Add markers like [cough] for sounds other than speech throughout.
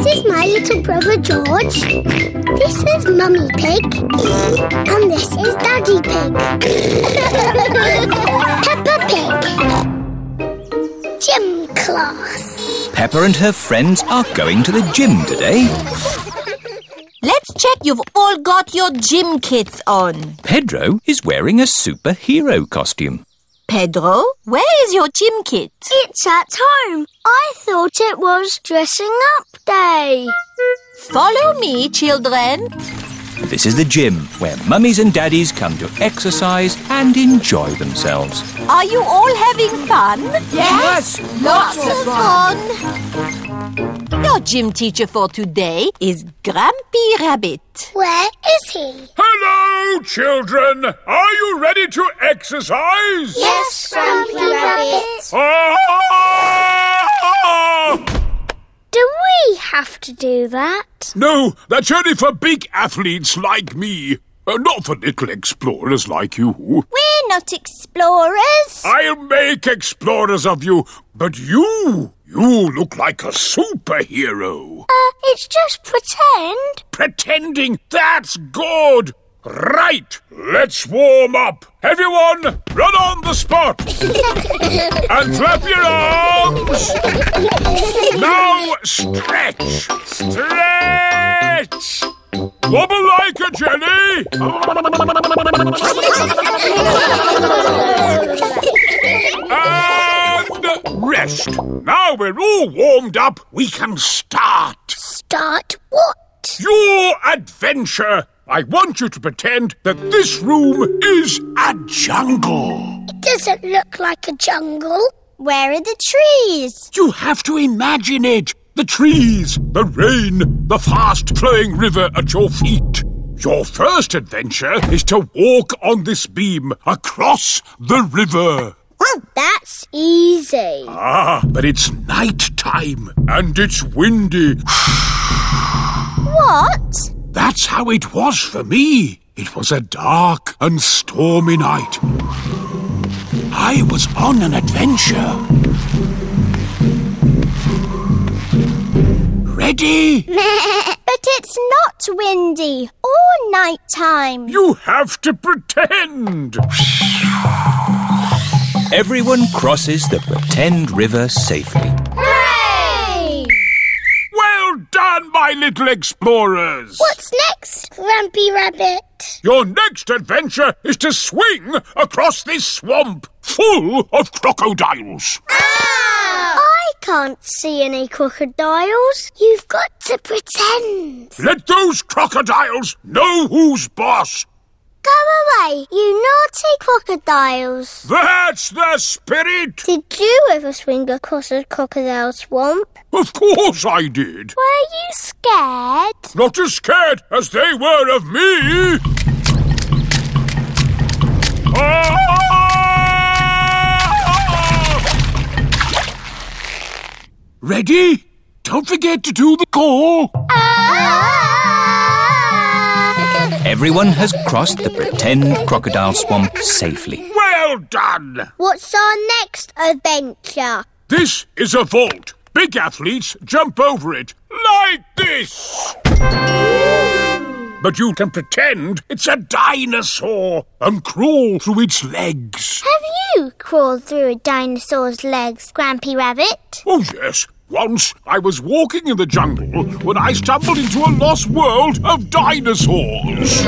little brother George. This is Mummy Pig. And this is Daddy Pig. [laughs] Peppa Pig. Gym class. Pepper and her friends are going to the gym today. Let's check you've all got your gym kits on. Pedro is wearing a superhero costume. Pedro, where is your gym kit? It's at home. I thought it was dressing up day. Follow me, children. This is the gym where mummies and daddies come to exercise and enjoy themselves. Are you all having fun? Yes, lots of fun. Your gym teacher for today is Grumpy Rabbit. Where is he? Hello, children! Are you ready to exercise? Yes, Grumpy Rabbit. Ah! Do we have to do that? No, that's only for big athletes like me. Uh, not for little explorers like you. We're not explorers. I'll make explorers of you, but you, you look like a superhero. Uh, it's just pretend. [laughs] Pretending, that's good! Right, let's warm up. Everyone, run on the spot! And clap your arms! Now stretch! Stretch! Wobble like a jelly! And rest! Now we're all warmed up, we can start! Start what? Your adventure! I want you to pretend that this room is a jungle! It doesn't look like a jungle. Where are the trees? You have to imagine it! The trees, the rain, the fast flowing river at your feet. Your first adventure is to walk on this beam across the river. That's easy. Ah, but it's night time and it's windy. What? [laughs] That's how it was for me. It was a dark and stormy night. I was on an adventure. Ready? but it's not windy or night time. You have to pretend. Everyone crosses the pretend river safely. Hooray! Well done, my little explorers. What's next, Grumpy Rabbit? Your next adventure is to swing across this swamp full of crocodiles. I can't see any crocodiles. You've got to pretend. Let those crocodiles know who's boss. Go away, you naughty crocodiles. That's the spirit. Did you ever swing across a crocodile swamp? Of course I did. Were you scared? Not as scared as they were of me. Ah! Ready? Don't forget to do the call. Everyone has crossed the pretend crocodile swamp safely. Well done. [laughs] What's our next adventure? This is a vault. Big athletes jump over it like this. But you can pretend it's a dinosaur and crawl through its legs. Have you crawled through a dinosaur's legs, Grampy Rabbit? Oh, yes. Once I was walking in the jungle when I stumbled into a lost world of dinosaurs.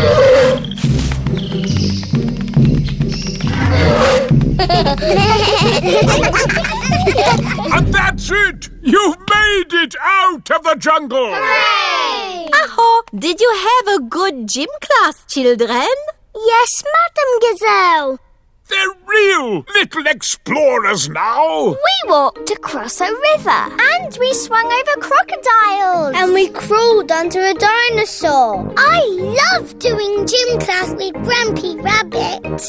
And that's it! You've made it out of the jungle! Aho, did you have a good gym class, children? yes, Madam Gazelle. They're real little explorers now! We walked across a river. And we swung over crocodiles. And we crawled under a dinosaur. I love doing gym class with Grumpy Rabbit.